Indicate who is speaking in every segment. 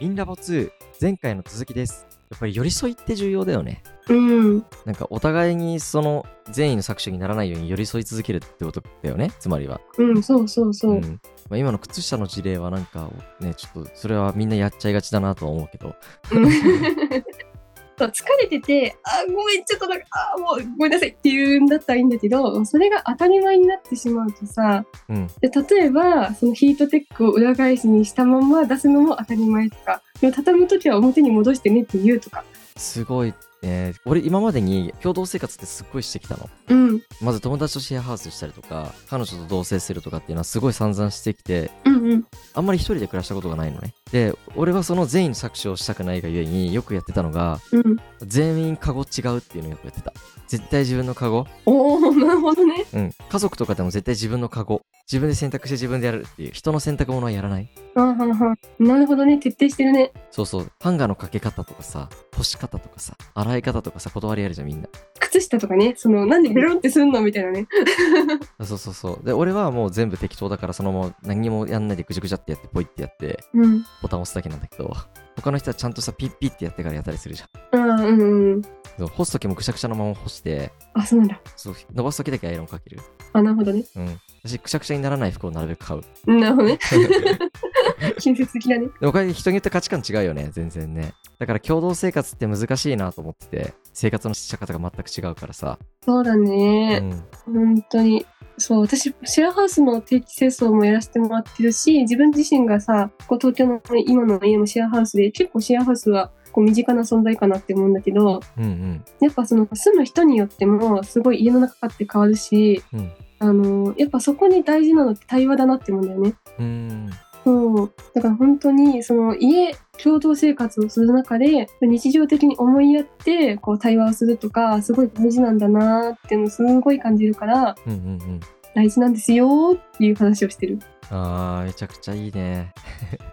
Speaker 1: インラボ2前回の続きですやっぱり寄り添いって重要だよね
Speaker 2: うん、
Speaker 1: なんかお互いにその善意の搾取にならないように寄り添い続けるってことだよねつまりは、
Speaker 2: うん、そうそうそう。
Speaker 1: んまあ、今の靴下の事例はなんかねちょっとそれはみんなやっちゃいがちだなとは思うけど
Speaker 2: うんそう疲れてて、あーごめん、ちょっとなんか、あーもうごめんなさいって言うんだったらいいんだけど、それが当たり前になってしまうとさ、
Speaker 1: うん
Speaker 2: で例えばそのヒートテックを裏返しにしたまま出すのも当たり前とか、でも畳むときは表に戻してねって言うとか。
Speaker 1: すごい、ね、俺今までに共同生活ってすっごいしてきたの
Speaker 2: うん、
Speaker 1: まず友達とシェアハウスしたりとか彼女と同棲するとかっていうのはすごい散々してきて
Speaker 2: うん、うん。
Speaker 1: あんまり一人で暮らしたことがないのねで俺はその全員の搾取をしたくないがゆえによくやってたのが
Speaker 2: うん、
Speaker 1: 全員カゴ違うっていうのをよくやってた絶対自分のカゴ
Speaker 2: おーなるほどね。
Speaker 1: うん家族とかでも絶対自分のカゴ自分で選択して自分でやるっていう人の選択ものはやらない
Speaker 2: はんはんはんなるほどね徹底してるね
Speaker 1: そうそうハンガーのかけ方とかさ干し方とかさ洗い方とかさ断りあるじゃんみんな
Speaker 2: 靴下とかねそのなんでベロンってすんのみたいなね
Speaker 1: そうそうそうで俺はもう全部適当だからそのまま何もやんないでぐちゃぐちゃってやってポイってやって
Speaker 2: うん
Speaker 1: ボタン押すだけなんだけど他の人はちゃんとさピッピッってやってからやったりするじゃん
Speaker 2: あーうんうん
Speaker 1: そう干す時もぐしゃぐしゃのまま干して
Speaker 2: あそうなんだ
Speaker 1: そう伸ばす時だけアイロンかける
Speaker 2: あなるほどね
Speaker 1: うん私くしゃくしゃにならない服をなるべく買う
Speaker 2: なるほど ね親切的だね
Speaker 1: でもこれ人によって価値観違うよね全然ねだから共同生活って難しいなと思ってて生活の仕方が全く違うからさ、
Speaker 2: そうだ
Speaker 1: う
Speaker 2: ね、
Speaker 1: ん、
Speaker 2: 本当にそう私シェアハウスの定期清掃もやらせてもらってるし自分自身がさここ東京の今の家もシェアハウスで結構シェアハウスはこう身近な存在かなって思うんだけど
Speaker 1: うんうん
Speaker 2: やっぱその住む人によってもすごい家の中って変わるし、
Speaker 1: うん
Speaker 2: あのやっぱそこに大事なのって対話だなって思うんだよね。
Speaker 1: うん
Speaker 2: そうだから本当にその家共同生活をする中で日常的に思いやってこう対話をするとかすごい大事なんだなーっていうのをすごい感じるから
Speaker 1: うんうんうん
Speaker 2: 大事なんですよーっていう話をしてる。
Speaker 1: あーめちゃくちゃいいね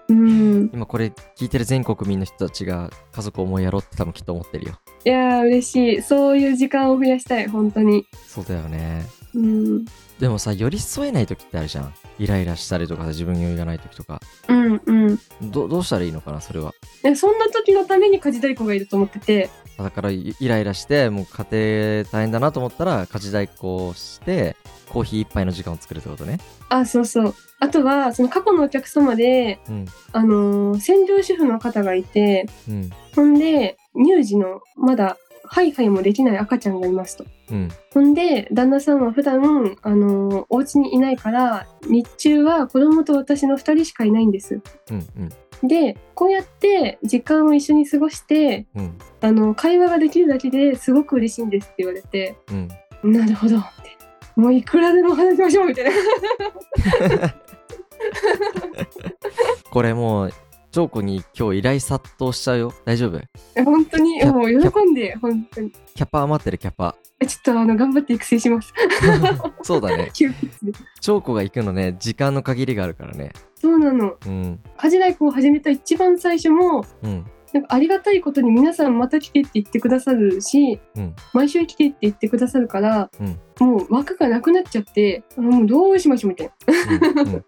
Speaker 2: うん、
Speaker 1: 今これ聞いてる全国民の人たちが家族を思いやろうって多分きっと思ってるよ
Speaker 2: いやー嬉しいそういう時間を増やしたい本当に。
Speaker 1: そうだよね
Speaker 2: うん
Speaker 1: でもさ寄り添えない時ってあるじゃんイライラしたりとかさ自分に余裕がない時とか
Speaker 2: うんうん、
Speaker 1: どどうしたらいいのかなそれは
Speaker 2: でそんな時のために家事代行がいると思ってて
Speaker 1: だからイイライラしてもう家庭大変だなと思ったら家事代行をしてコーヒー一杯の時間を作るってことね
Speaker 2: あそうそうあとはその過去のお客様で、
Speaker 1: うん
Speaker 2: あのー専業主婦の方がいて、
Speaker 1: うん
Speaker 2: ほんで乳児のまだハイハイもできない赤ちゃんがいますと。
Speaker 1: うん
Speaker 2: ほんで旦那さんは普段あのお家にいないから日中は子供と私の2人しかいないんです。
Speaker 1: うんうん
Speaker 2: でこうやって時間を一緒に過ごして
Speaker 1: うん
Speaker 2: あの会話ができるだけですごく嬉しいんですって言われて
Speaker 1: うん
Speaker 2: なるほどってもういくらでも話しましょうみたいな
Speaker 1: これもうジョーコに今日依頼殺到しちゃうよ大丈夫
Speaker 2: 本当にもう喜んで本当に
Speaker 1: キャパ余ってるキャ パ
Speaker 2: ちょっとあの頑張って育成します
Speaker 1: そうだね
Speaker 2: 急ピッチで
Speaker 1: ジョーコが行くのね時間の限りがあるからね
Speaker 2: そうなの
Speaker 1: うん
Speaker 2: 家事代行を始めた一番最初も
Speaker 1: うん
Speaker 2: なんかありがたいことに皆さんまた来てって言ってくださるし
Speaker 1: うん
Speaker 2: 毎週来てって言ってくださるから、
Speaker 1: うん
Speaker 2: もう枠がなくなっちゃってあもうどうしましょうみたいな
Speaker 1: うんうん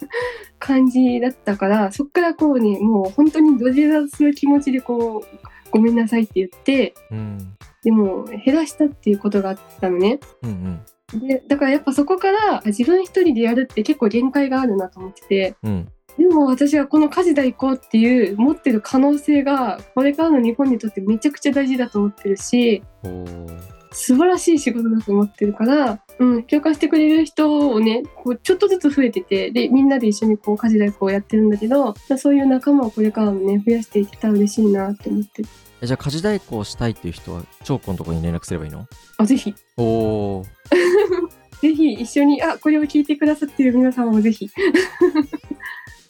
Speaker 2: 感じだったからそっからこうねもう本当に土下座する気持ちでこうごめんなさいって言って
Speaker 1: うん
Speaker 2: でも減らしたっていうことがあったのね。
Speaker 1: うんうん
Speaker 2: でだからやっぱそこから自分一人でやるって結構限界があるなと思ってて
Speaker 1: うん
Speaker 2: でも私はこの家事代行っていう持ってる可能性がこれからの日本にとってめちゃくちゃ大事だと思ってるし
Speaker 1: おー
Speaker 2: 素晴らしい仕事だと思ってるから、うん、共感してくれる人をねこうちょっとずつ増えててでみんなで一緒にこう家事代行をやってるんだけどそういう仲間をこれからもね増やしていけたら嬉しいなって思ってる
Speaker 1: えじゃあ家事代行したいっていう人はジョーコのとこに連絡すればいいの
Speaker 2: あぜひ
Speaker 1: おー
Speaker 2: ぜひ一緒にあこれを聞いてくださってる皆さんもぜひ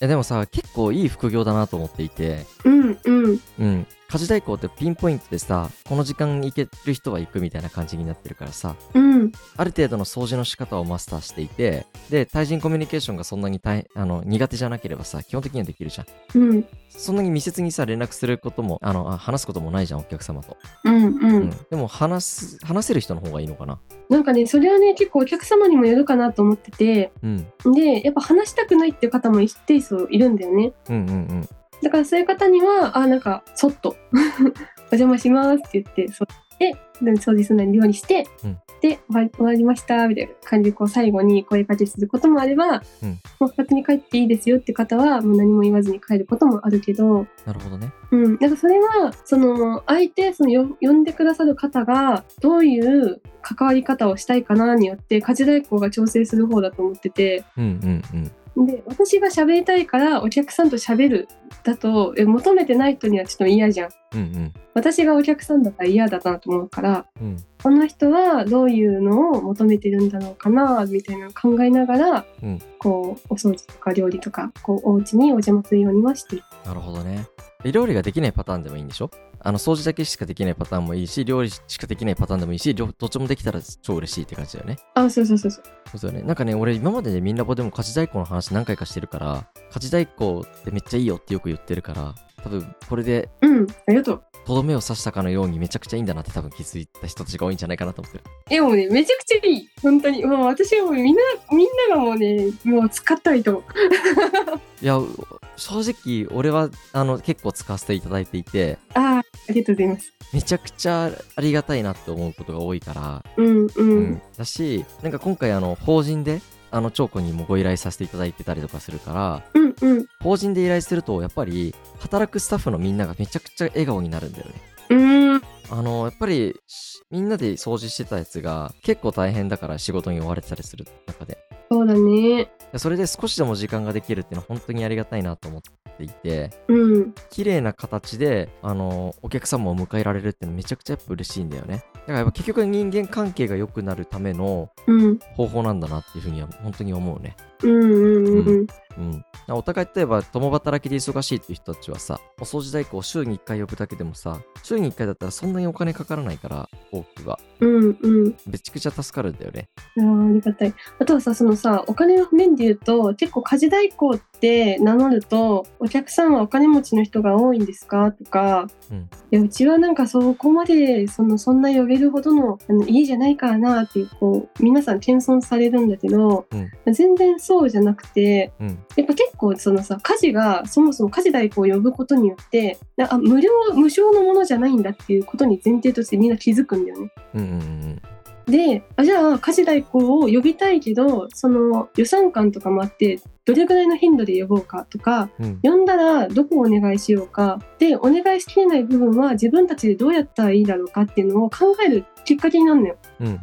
Speaker 1: えでもさ結構いい副業だなと思っていて
Speaker 2: うんうん
Speaker 1: うん家事代行ってピンポイントでさこの時間行ける人は行くみたいな感じになってるからさ
Speaker 2: うん
Speaker 1: ある程度の掃除の仕方をマスターしていてで対人コミュニケーションがそんなに大あの苦手じゃなければさ基本的にはできるじゃん
Speaker 2: うん
Speaker 1: そんなに密接にさ連絡することもあのあ話すこともないじゃんお客様と、
Speaker 2: うんう、
Speaker 1: うんでも話す話せる人の方がいいのかな
Speaker 2: なんかねそれはね結構お客様にもよるかなと思ってて
Speaker 1: うん
Speaker 2: でやっぱ話したくないっていう方も一定数いるんだよね
Speaker 1: うんうん
Speaker 2: だからそういう方には、あ、なんか、そっと、 お邪魔しますって言って、そうで、で掃除するのに料理して、
Speaker 1: うん
Speaker 2: で終わり、終わりました、みたいな感じで、こう、最後に声かけすることもあれば、
Speaker 1: うん
Speaker 2: もう勝手に帰っていいですよって方は、もう何も言わずに帰ることもあるけど、
Speaker 1: なるほどね。
Speaker 2: うん、なんかそれは、その、相手、そのよ、呼んでくださる方が、どういう関わり方をしたいかなによって、家事代行が調整する方だと思ってて、
Speaker 1: うんうんうん。
Speaker 2: で私が喋りたいからお客さんと喋るだとえ求めてない人にはちょっと嫌じゃん
Speaker 1: うん
Speaker 2: 私がお客さんだったら嫌だなと思うから
Speaker 1: うん。うん
Speaker 2: この人はどういうのを求めてるんだろうかなみたいなのを考えながら、
Speaker 1: うん
Speaker 2: こうお掃除とか料理とかこうお家にお邪魔するようにはしてる
Speaker 1: なるほどね。で料理ができないパターンでもいいんでしょあの掃除だけしかできないパターンもいいし、料理しかできないパターンでもいいし、両どっちもできたら超嬉しいって感じだよね。
Speaker 2: あそうそうそうそう
Speaker 1: そうだよね。なんかね、俺今までね、みんなぼでも家事代行の話何回かしてるから、家事代行ってめっちゃいいよってよく言ってるから、多分これで
Speaker 2: うんありがとう
Speaker 1: とどめを刺したかのようにめちゃくちゃいいんだなって多分気づいた人たちが多いんじゃないかなと思ってる。
Speaker 2: えもうねめちゃくちゃいい本当にもう私はもうみんなみんながもうねもう使ったらいいと思う
Speaker 1: いや、正直俺はあの結構使わせていただいていて、
Speaker 2: あーありがとうございます
Speaker 1: めちゃくちゃありがたいなって思うことが多いから、
Speaker 2: うんう
Speaker 1: うんん、だしなんか今回あの法人であの長子にもご依頼させていただいてたりとかするから
Speaker 2: うんうん
Speaker 1: 法人で依頼するとやっぱり働くスタッフのみんながめちゃくちゃ笑顔になるんだよね。
Speaker 2: うん
Speaker 1: あのやっぱりしみんなで掃除してたやつが結構大変だから仕事に追われてたりする中で
Speaker 2: そうだね
Speaker 1: それで少しでも時間ができるっていうのは本当にありがたいなと思っていて
Speaker 2: うん
Speaker 1: 綺麗な形であのお客様を迎えられるってのめちゃくちゃやっぱ嬉しいんだよねだからやっぱ結局人間関係が良くなるための
Speaker 2: うん
Speaker 1: 方法なんだなっていうふうには本当に思うね
Speaker 2: うんうんうん
Speaker 1: うん、お互い例えば共働きで忙しいっていう人たちはさお掃除代行を週に1回呼ぶだけでもさ週に1回だったらそんなにお金かからないから多くが
Speaker 2: うんうん
Speaker 1: めちゃくちゃ助かるんだよね
Speaker 2: あーありがたいあとはさそのさお金の面で言うと結構家事代行って名乗るとお客さんはお金持ちの人が多いんですかとか、
Speaker 1: うん
Speaker 2: いやうちはなんかそこまでそのそんな呼べるほどのあの家じゃないからなっていうこう皆さん謙遜されるんだけど、全然そうじゃなくて
Speaker 1: うん
Speaker 2: やっぱ結構そのさ家事がそもそも家事代行を呼ぶことによってなあ無料無償のものじゃないんだっていうことに前提としてみんな気づくんだよね。
Speaker 1: うんうんうん
Speaker 2: であじゃあ家事代行を呼びたいけどその予算感とかもあってどれぐらいの頻度で呼ぼうかとか
Speaker 1: うん
Speaker 2: 呼んだらどこをお願いしようかでお願いしきれない部分は自分たちでどうやったらいいだろうかっていうのを考えるきっかけになるのよ。
Speaker 1: うんうん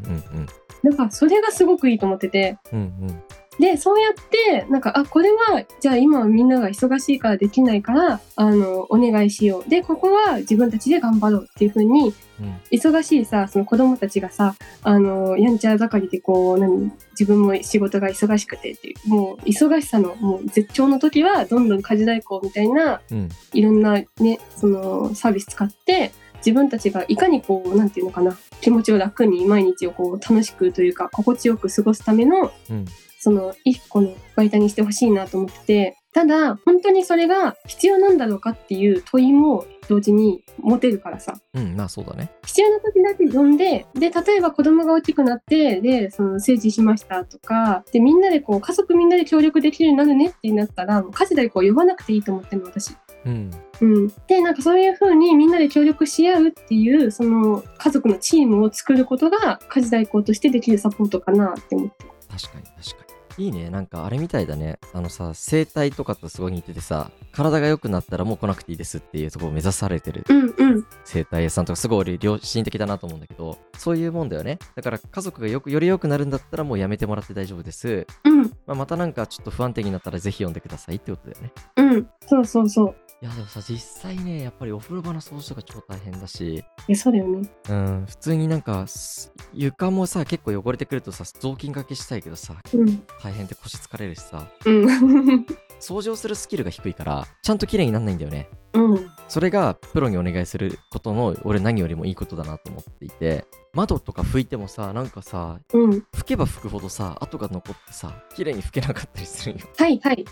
Speaker 2: だからそれがすごくいいと思ってて
Speaker 1: うんうん
Speaker 2: でそうやってなんかあこれはじゃあ今はみんなが忙しいからできないからあのお願いしようでここは自分たちで頑張ろうっていう風に
Speaker 1: うん
Speaker 2: 忙しいさその子供たちがさあのやんちゃ盛りでこう何自分も仕事が忙しくてっていうもう忙しさのもう絶頂の時はどんどん家事代行みたいな
Speaker 1: うん
Speaker 2: いろんなねそのサービス使って自分たちがいかにこうなんていうのかな気持ちを楽に毎日をこう楽しくというか心地よく過ごすための
Speaker 1: うん
Speaker 2: その一個の媒体にしてほしいなと思っててただ本当にそれが必要なんだろうかっていう問いも同時に持てるからさ
Speaker 1: うんまあそうだね
Speaker 2: 必要な時だけ呼んでで例えば子供が大きくなってでその成治しましたとかでみんなでこう家族みんなで協力できるようになるねってなったらもう家事代行呼ばなくていいと思ってるの私。
Speaker 1: うん
Speaker 2: うん、でなんかそういう風にみんなで協力し合うっていうその家族のチームを作ることが家事代行としてできるサポートかなって思って。
Speaker 1: 確かに確かにいいねなんかあれみたいだねあのさ整体とかとすごい似ててさ体が良くなったらもう来なくていいですっていうところを目指されてる
Speaker 2: うんうん
Speaker 1: 生態屋さんとかすごい俺良心的だなと思うんだけどそういうもんだよねだから家族がよくより良くなるんだったらもうやめてもらって大丈夫です、
Speaker 2: うん
Speaker 1: まあ、またなんかちょっと不安定になったらぜひ読んでくださいってことだよね
Speaker 2: うんそうそうそう
Speaker 1: いやでもさ実際ねやっぱりお風呂場の掃除とか超大変だし
Speaker 2: えそうだよね
Speaker 1: うん普通になんかす床もさ結構汚れてくるとさ雑巾掛けしたいけどさ
Speaker 2: うん
Speaker 1: 大変で腰疲れるしさ
Speaker 2: うん
Speaker 1: 掃除をするスキルが低いからちゃんと綺麗になんないんだよね
Speaker 2: うん
Speaker 1: それがプロにお願いすることの俺何よりもいいことだなと思っていて窓とか拭いてもさなんかさ
Speaker 2: うん
Speaker 1: 拭けば拭くほどさ跡が残ってさ綺麗に拭けなかったりす るんよ。
Speaker 2: はいはい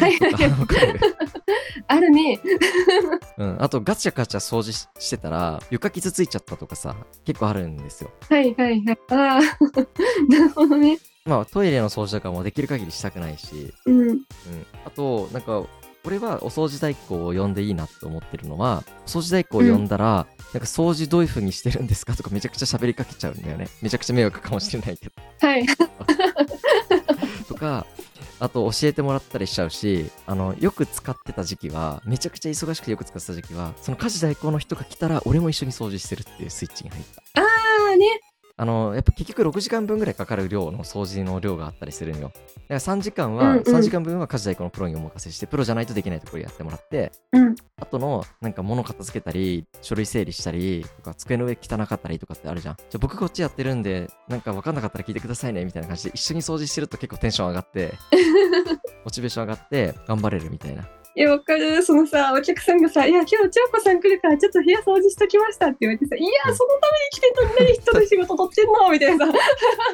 Speaker 2: はいはい はい
Speaker 1: わかる
Speaker 2: あるね
Speaker 1: うん、あとガチャガチャ掃除ししてたら床傷ついちゃったとかさ結構あるんですよ。
Speaker 2: はいはいはいああ なるほどね
Speaker 1: まあトイレの掃除とかもできる限りしたくないし、
Speaker 2: うん
Speaker 1: うん、あとなんか俺はお掃除代行を呼んでいいなって思ってるのはお掃除代行を呼んだら、なんか掃除どういう風にしてるんですかとかめちゃくちゃ喋りかけちゃうんだよねめちゃくちゃ迷惑かもしれないけど
Speaker 2: はい。
Speaker 1: とかあと教えてもらったりしちゃうしあのよく使ってた時期はめちゃくちゃ忙しくてよく使ってた時期はその家事代行の人が来たら俺も一緒に掃除してるっていうスイッチに入った
Speaker 2: ああね。
Speaker 1: あのやっぱ結局6時間分ぐらいかかる量の掃除の量があったりするのよだから3時間は、
Speaker 2: うんうん
Speaker 1: 3時間分は家事代行のプロにお任せしてプロじゃないとできないところやってもらって
Speaker 2: うん。
Speaker 1: あとのなんか物片付けたり書類整理したりとか机の上汚かったりとかってあるじゃんじゃあ僕こっちやってるんでなんか分かんなかったら聞いてくださいねみたいな感じで一緒に掃除してると結構テンション上がってモチベーション上がって頑張れるみたいない
Speaker 2: や、わかる。そのさ、お客さんがさ、いや、今日、千代子さん来るから、ちょっと部屋掃除しときましたって言われてさ、いや、そのために来てんのに、何人の仕事取ってんのみたいなさ、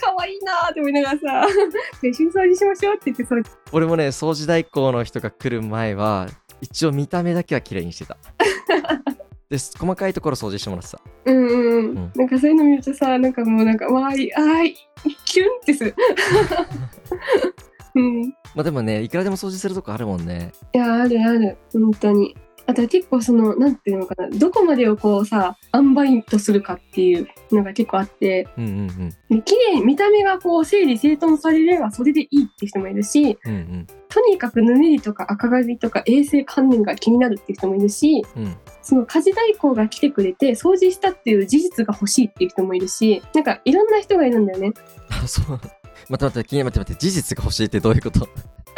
Speaker 2: 可愛いなーって思いながらさ、一緒に掃除しましょうって言って、それ、
Speaker 1: 俺もね掃除代行の人が来る前は一応見た目だけは綺麗にしてたで細かいところ掃除してもらってた
Speaker 2: うんうんうん
Speaker 1: うん。
Speaker 2: なんかそういうの見るとさ、なんかもう、なんか、わーい、あーい、キュンってする。 うん。
Speaker 1: まあでもねいくらでも掃除するとこあるもんね
Speaker 2: いやあるある本当にあと結構そのなんていうのかなどこまでをこうさアンバインとするかっていうのが結構あって
Speaker 1: うんうんうん
Speaker 2: で綺麗に見た目がこう整理整頓されればそれでいいって人もいるし
Speaker 1: うん
Speaker 2: とにかくぬめりとか赤髪とか衛生観念が気になるっていう人もいるし
Speaker 1: うんうん
Speaker 2: その家事代行が来てくれて掃除したっていう事実が欲しいっていう人もいるしなんかいろんな人がいるんだよね。
Speaker 1: あそう 待って待って気に待って待って事実が欲しいってどういうこと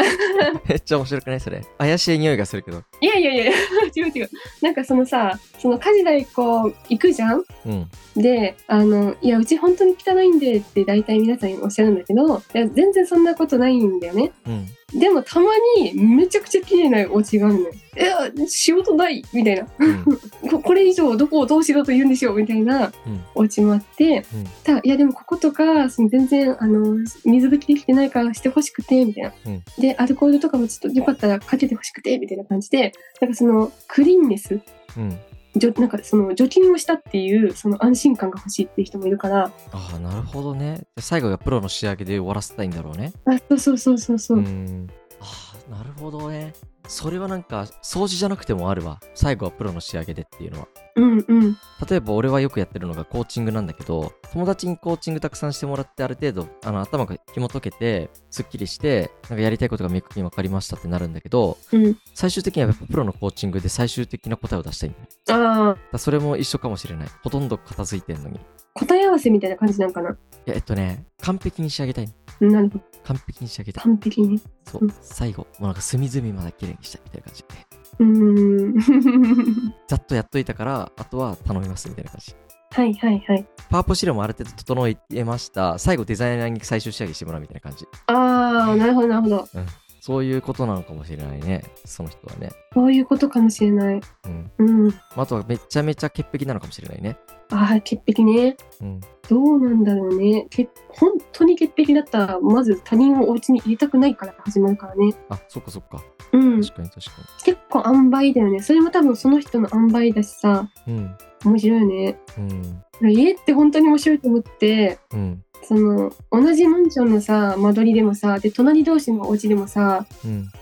Speaker 1: めっちゃ面白くないそれ怪しい匂いがするけど
Speaker 2: いやいやいや 違う違うなんかそのさその家事代行行くじゃん
Speaker 1: うん
Speaker 2: であのいやうち本当に汚いんでって大体皆さんおっしゃるんだけどいや全然そんなことないんだよね
Speaker 1: うん
Speaker 2: でもたまにめちゃくちゃ綺麗なお家があるのよいや仕事ないみたいな
Speaker 1: うん
Speaker 2: ここれ以上どこをどうしろと言うんでしょうみたいな
Speaker 1: うん
Speaker 2: お家もあって、
Speaker 1: うん
Speaker 2: ただいやでもこことかその全然あの水拭きできてないからしてほしくてみたいな、
Speaker 1: うん
Speaker 2: でアルコールとかもちょっとよかったらかけてほしくてみたいな感じでなんかそのクリーンネス
Speaker 1: うん
Speaker 2: 除なんかその除菌をしたっていうその安心感が欲しいっていう人もいるから
Speaker 1: ああなるほどね最後がプロの仕上げで終わらせたいんだろうね
Speaker 2: あそうそうそうそうそう、
Speaker 1: んああなるほどねそれはなんか掃除じゃなくてもあるわ最後はプロの仕上げでっていうのは
Speaker 2: うん、うん
Speaker 1: 例えば俺はよくやってるのがコーチングなんだけど友達にコーチングたくさんしてもらってある程度あの頭が紐解けてすっきりしてなんかやりたいことが明確に分かりましたってなるんだけど
Speaker 2: うん
Speaker 1: 最終的にはやっぱプロのコーチングで最終的な答えを出したいんだよだか
Speaker 2: ああ
Speaker 1: らそれも一緒かもしれないほとんど片付いてんのにい
Speaker 2: 答え合わせみたいな感じなんかな
Speaker 1: やえっとね完璧に仕上げたいの
Speaker 2: なるほど
Speaker 1: 完璧に仕上げたい
Speaker 2: 完璧に
Speaker 1: そううん最後もうなんか隅々まで綺麗にしたいみたいな感じ
Speaker 2: うーん
Speaker 1: ざっとやっといたからあとは頼みますみたいな感じ
Speaker 2: はいはいはい
Speaker 1: パワーポ資料もある程度整えました最後デザイナーに最終仕上げしてもらうみたいな感じ
Speaker 2: ああなるほどなるほど
Speaker 1: そういうことなのかもしれないね、その人はね。
Speaker 2: そういうことかもしれない
Speaker 1: うん。
Speaker 2: うん
Speaker 1: まああとはめちゃめちゃ潔癖なのかもしれないね。
Speaker 2: ああ潔癖ね
Speaker 1: うん。
Speaker 2: どうなんだろうねけ本当に潔癖だったらまず他人をお家に入れたくないから始まるからね
Speaker 1: あ、そっかそっか。
Speaker 2: うん
Speaker 1: 確かに確か
Speaker 2: 結構塩梅だよねそれも多分その人の塩梅だしさ
Speaker 1: に。うん。
Speaker 2: 面白いよね
Speaker 1: うん。
Speaker 2: 家って本当に面白いと思って
Speaker 1: うん。
Speaker 2: その同じマンションのさ間取りでもさで隣同士のお家でもさ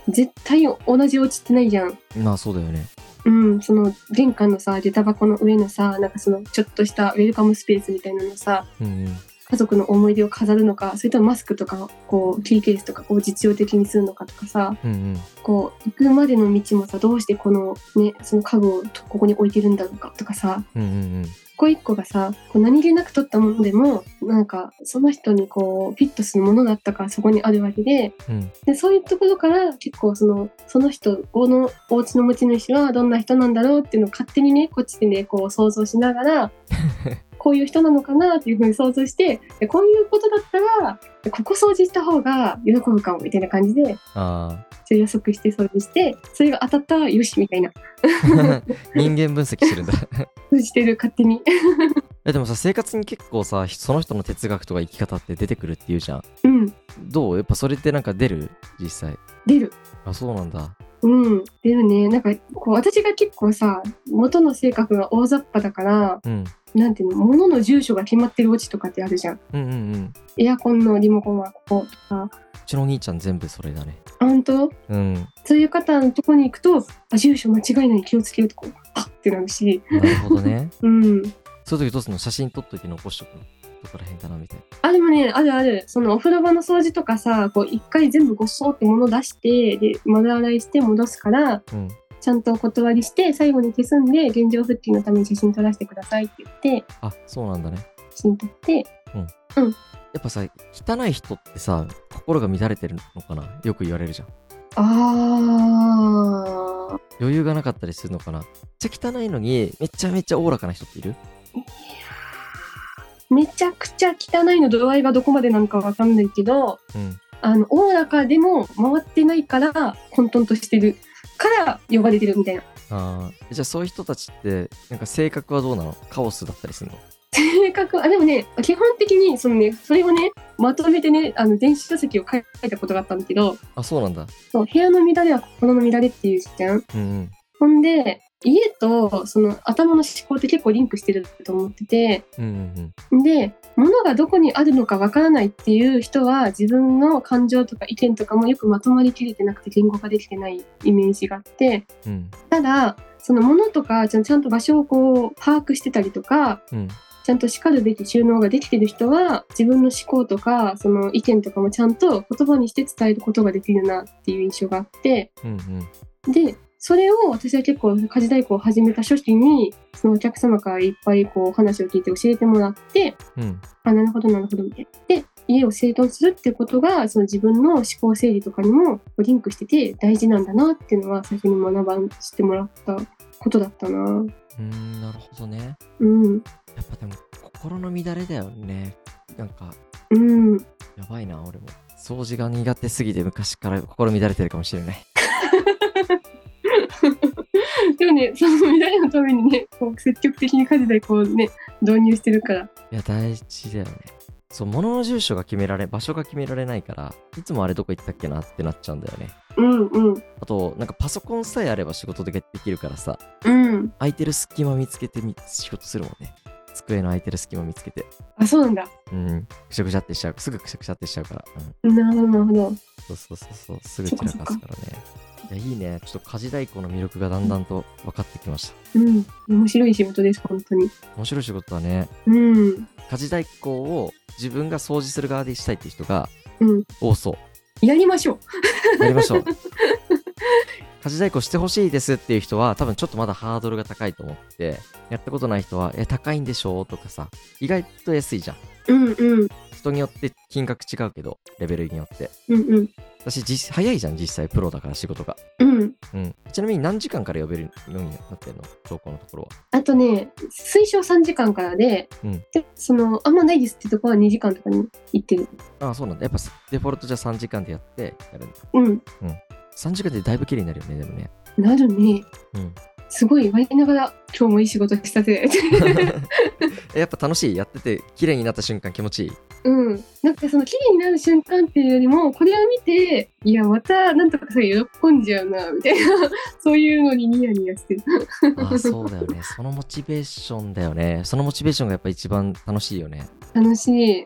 Speaker 1: う
Speaker 2: 絶対同じお家ってないじゃん。
Speaker 1: ん。まあそうだよね。
Speaker 2: うん、その玄関のさ下駄箱の上のさなんかそのちょっとしたウェルカムスペースみたいなのさ
Speaker 1: うん、うん。
Speaker 2: 家族の思い出を飾るのかそれともマスクとかこうキーケースとかこう実用的にするのかとかさ
Speaker 1: うんうん。
Speaker 2: こう行くまでの道もさどうしてこのねその家具をここに置いてるんだろうかとかさ
Speaker 1: うんうん
Speaker 2: 一個一個がさこう何気なく取ったものでもなんかその人にこうフィットするものだったからそこにあるわけで
Speaker 1: うん。うん。
Speaker 2: でそういうところから結構そのその人このお家の持ち主はどんな人なんだろうっていうのを勝手にねこっちでねこう想像しながらこういう人なのかなっていうふうに想像してでこういうことだったらここ掃除した方が喜ぶかもみたいな感じで
Speaker 1: ああ。
Speaker 2: ちょ予測して掃除してそれが当たったらよしみたいな
Speaker 1: 人間分析してるんだ。
Speaker 2: 封じてる勝手に。
Speaker 1: えでもさ、生活に結構さ、その人の哲学とか生き方って出てくるっていうじゃん。
Speaker 2: うん
Speaker 1: どうやっぱそれってなんか出る実際。
Speaker 2: 出る
Speaker 1: あ、そうなんだ。
Speaker 2: うん。でもね、なんか、こう、私が結構さ、元の性格が大雑把だから、
Speaker 1: うん。
Speaker 2: なんていうの、物の住所が決まってるオチとかってあるじゃん。
Speaker 1: うんうんうん。
Speaker 2: エアコンのリモコンはこことか。
Speaker 1: うちのお兄ちゃん全部それだね。
Speaker 2: あ、本当
Speaker 1: うん。
Speaker 2: そういう方のとこに行くと、あ、住所間違いない気をつけようとか、あってなるし、
Speaker 1: なるほどね。
Speaker 2: うん。
Speaker 1: そういう時どうすんの写真撮っといて残しとくのどこら辺だなみたい
Speaker 2: あ、でもね、あるある。そのお風呂場の掃除とかさ、こう、一回全部ごっそって物出して、で、丸洗いして戻すから、
Speaker 1: な。うん。
Speaker 2: ちゃんとお断りして、最後に消すんで、現状復帰のために写真撮らせてくださいって言って、
Speaker 1: あ、そうなんだね。
Speaker 2: 写真撮って、
Speaker 1: やっぱさ、汚い人ってさ、心が乱れてるのかなよく言われるじゃん。
Speaker 2: あー、
Speaker 1: 余裕がなかったりするのかなめっちゃ汚いのに、めちゃめちゃおおらかな人っている
Speaker 2: めちゃくちゃ汚いの度合いがどこまでなのかわかんないけど、
Speaker 1: うん。
Speaker 2: あの、おおらかでも回ってないから、混沌としてるから呼ばれてるみたいな。
Speaker 1: ああ。じゃあそういう人たちって、なんか性格はどうなのカオスだったりするの
Speaker 2: 性格あでもね基本的にそのねそれをねまとめてねあの電子書籍を書いたことがあったんだけど
Speaker 1: あ、そうなんだ。
Speaker 2: そう部屋の乱れは心の乱れっていうじゃん
Speaker 1: うんうん。
Speaker 2: ほんで家とその頭の思考って結構リンクしてると思ってて
Speaker 1: うんうん
Speaker 2: で物がどこにあるのかわからないっていう人は自分の感情とか意見とかもよくまとまりきれてなくて言語化できてないイメージがあって
Speaker 1: うん。うん。
Speaker 2: ただその物とかちゃんちゃんと場所をこう把握してたりとか
Speaker 1: うん。
Speaker 2: ちゃんとしかるべき収納ができてる人は自分の思考とかその意見とかもちゃんと言葉にして伝えることができるなっていう印象があって
Speaker 1: うんうん。
Speaker 2: でそれを私は結構家事代行を始めた初期にそのお客様からいっぱいこうお話を聞いて教えてもらって
Speaker 1: うん。
Speaker 2: あなるほどなるほどみたいな。で家を整頓するってことがその自分の思考整理とかにもこうリンクしてて大事なんだなっていうのは最初に学ばしてもらったことだったな。
Speaker 1: うーん、なるほどね。
Speaker 2: うん、
Speaker 1: やっぱでも、心の乱れだよね。なんか、
Speaker 2: うん
Speaker 1: やばいな、俺も。掃除が苦手すぎて昔から心乱れてるかもしれない。
Speaker 2: でもね、その未来のためにね、こう積極的に家事でこうね、導入してるから。
Speaker 1: いや、大事だよね。そう、物の住所が決められ、場所が決められないから、いつもあれどこ行ったっけなってなっちゃうんだよね。
Speaker 2: うんうん。
Speaker 1: あと、なんかパソコンさえあれば仕事でできるからさ、
Speaker 2: うん。
Speaker 1: 空いてる隙間見つけてみ仕事するもんね。机の空いてる隙間見つけて。
Speaker 2: あ、そうなんだ。
Speaker 1: うん。くしゃくしゃってしちゃう。すぐくしゃくしゃってしちゃうから。うん。
Speaker 2: なるほど、なるほど。
Speaker 1: そうそうそうそう。すぐ散らかすからね。いや、いいね。ちょっと家事代行の魅力がだんだんと分かってきました。
Speaker 2: うん。面白い仕事です、本当に。
Speaker 1: 面白い仕事だね。
Speaker 2: うん。
Speaker 1: 家事代行を自分が掃除する側でしたいっていう人が
Speaker 2: うん。
Speaker 1: 多そう。
Speaker 2: やりましょう。
Speaker 1: やりましょう。家事代行してほしいですっていう人は多分ちょっとまだハードルが高いと思ってやったことない人は「え高いんでしょ?」とかさ意外と安いじゃん
Speaker 2: うんうん。
Speaker 1: 人によって金額違うけどレベルによって
Speaker 2: うんうん。
Speaker 1: 私実早いじゃん実際プロだから仕事が、
Speaker 2: うん。
Speaker 1: うん、ちなみに何時間から呼べるようになってるの投稿のところは
Speaker 2: あとね、推奨3時間からで、
Speaker 1: うん
Speaker 2: でその、あんまないですってとこは2時間とかに行ってる。
Speaker 1: ああそうなんだやっぱデフォルトじゃ3時間でやってやるんだ
Speaker 2: うん。
Speaker 1: 3時間でだいぶ綺麗になるよねでもね
Speaker 2: なるね。
Speaker 1: うん
Speaker 2: すごい、我ながら、今日もいい仕事したぜ。
Speaker 1: えやっぱ楽しいやってて綺麗になった瞬間気持ちいい
Speaker 2: うん、なんかその綺麗になる瞬間っていうよりもこれを見ていやまたなんとかさ喜んじゃうなみたいなそういうのにニヤニヤしてる。
Speaker 1: ああそうだよね。そのモチベーションだよね。そのモチベーションがやっぱ一番楽しいよね。
Speaker 2: 楽しい。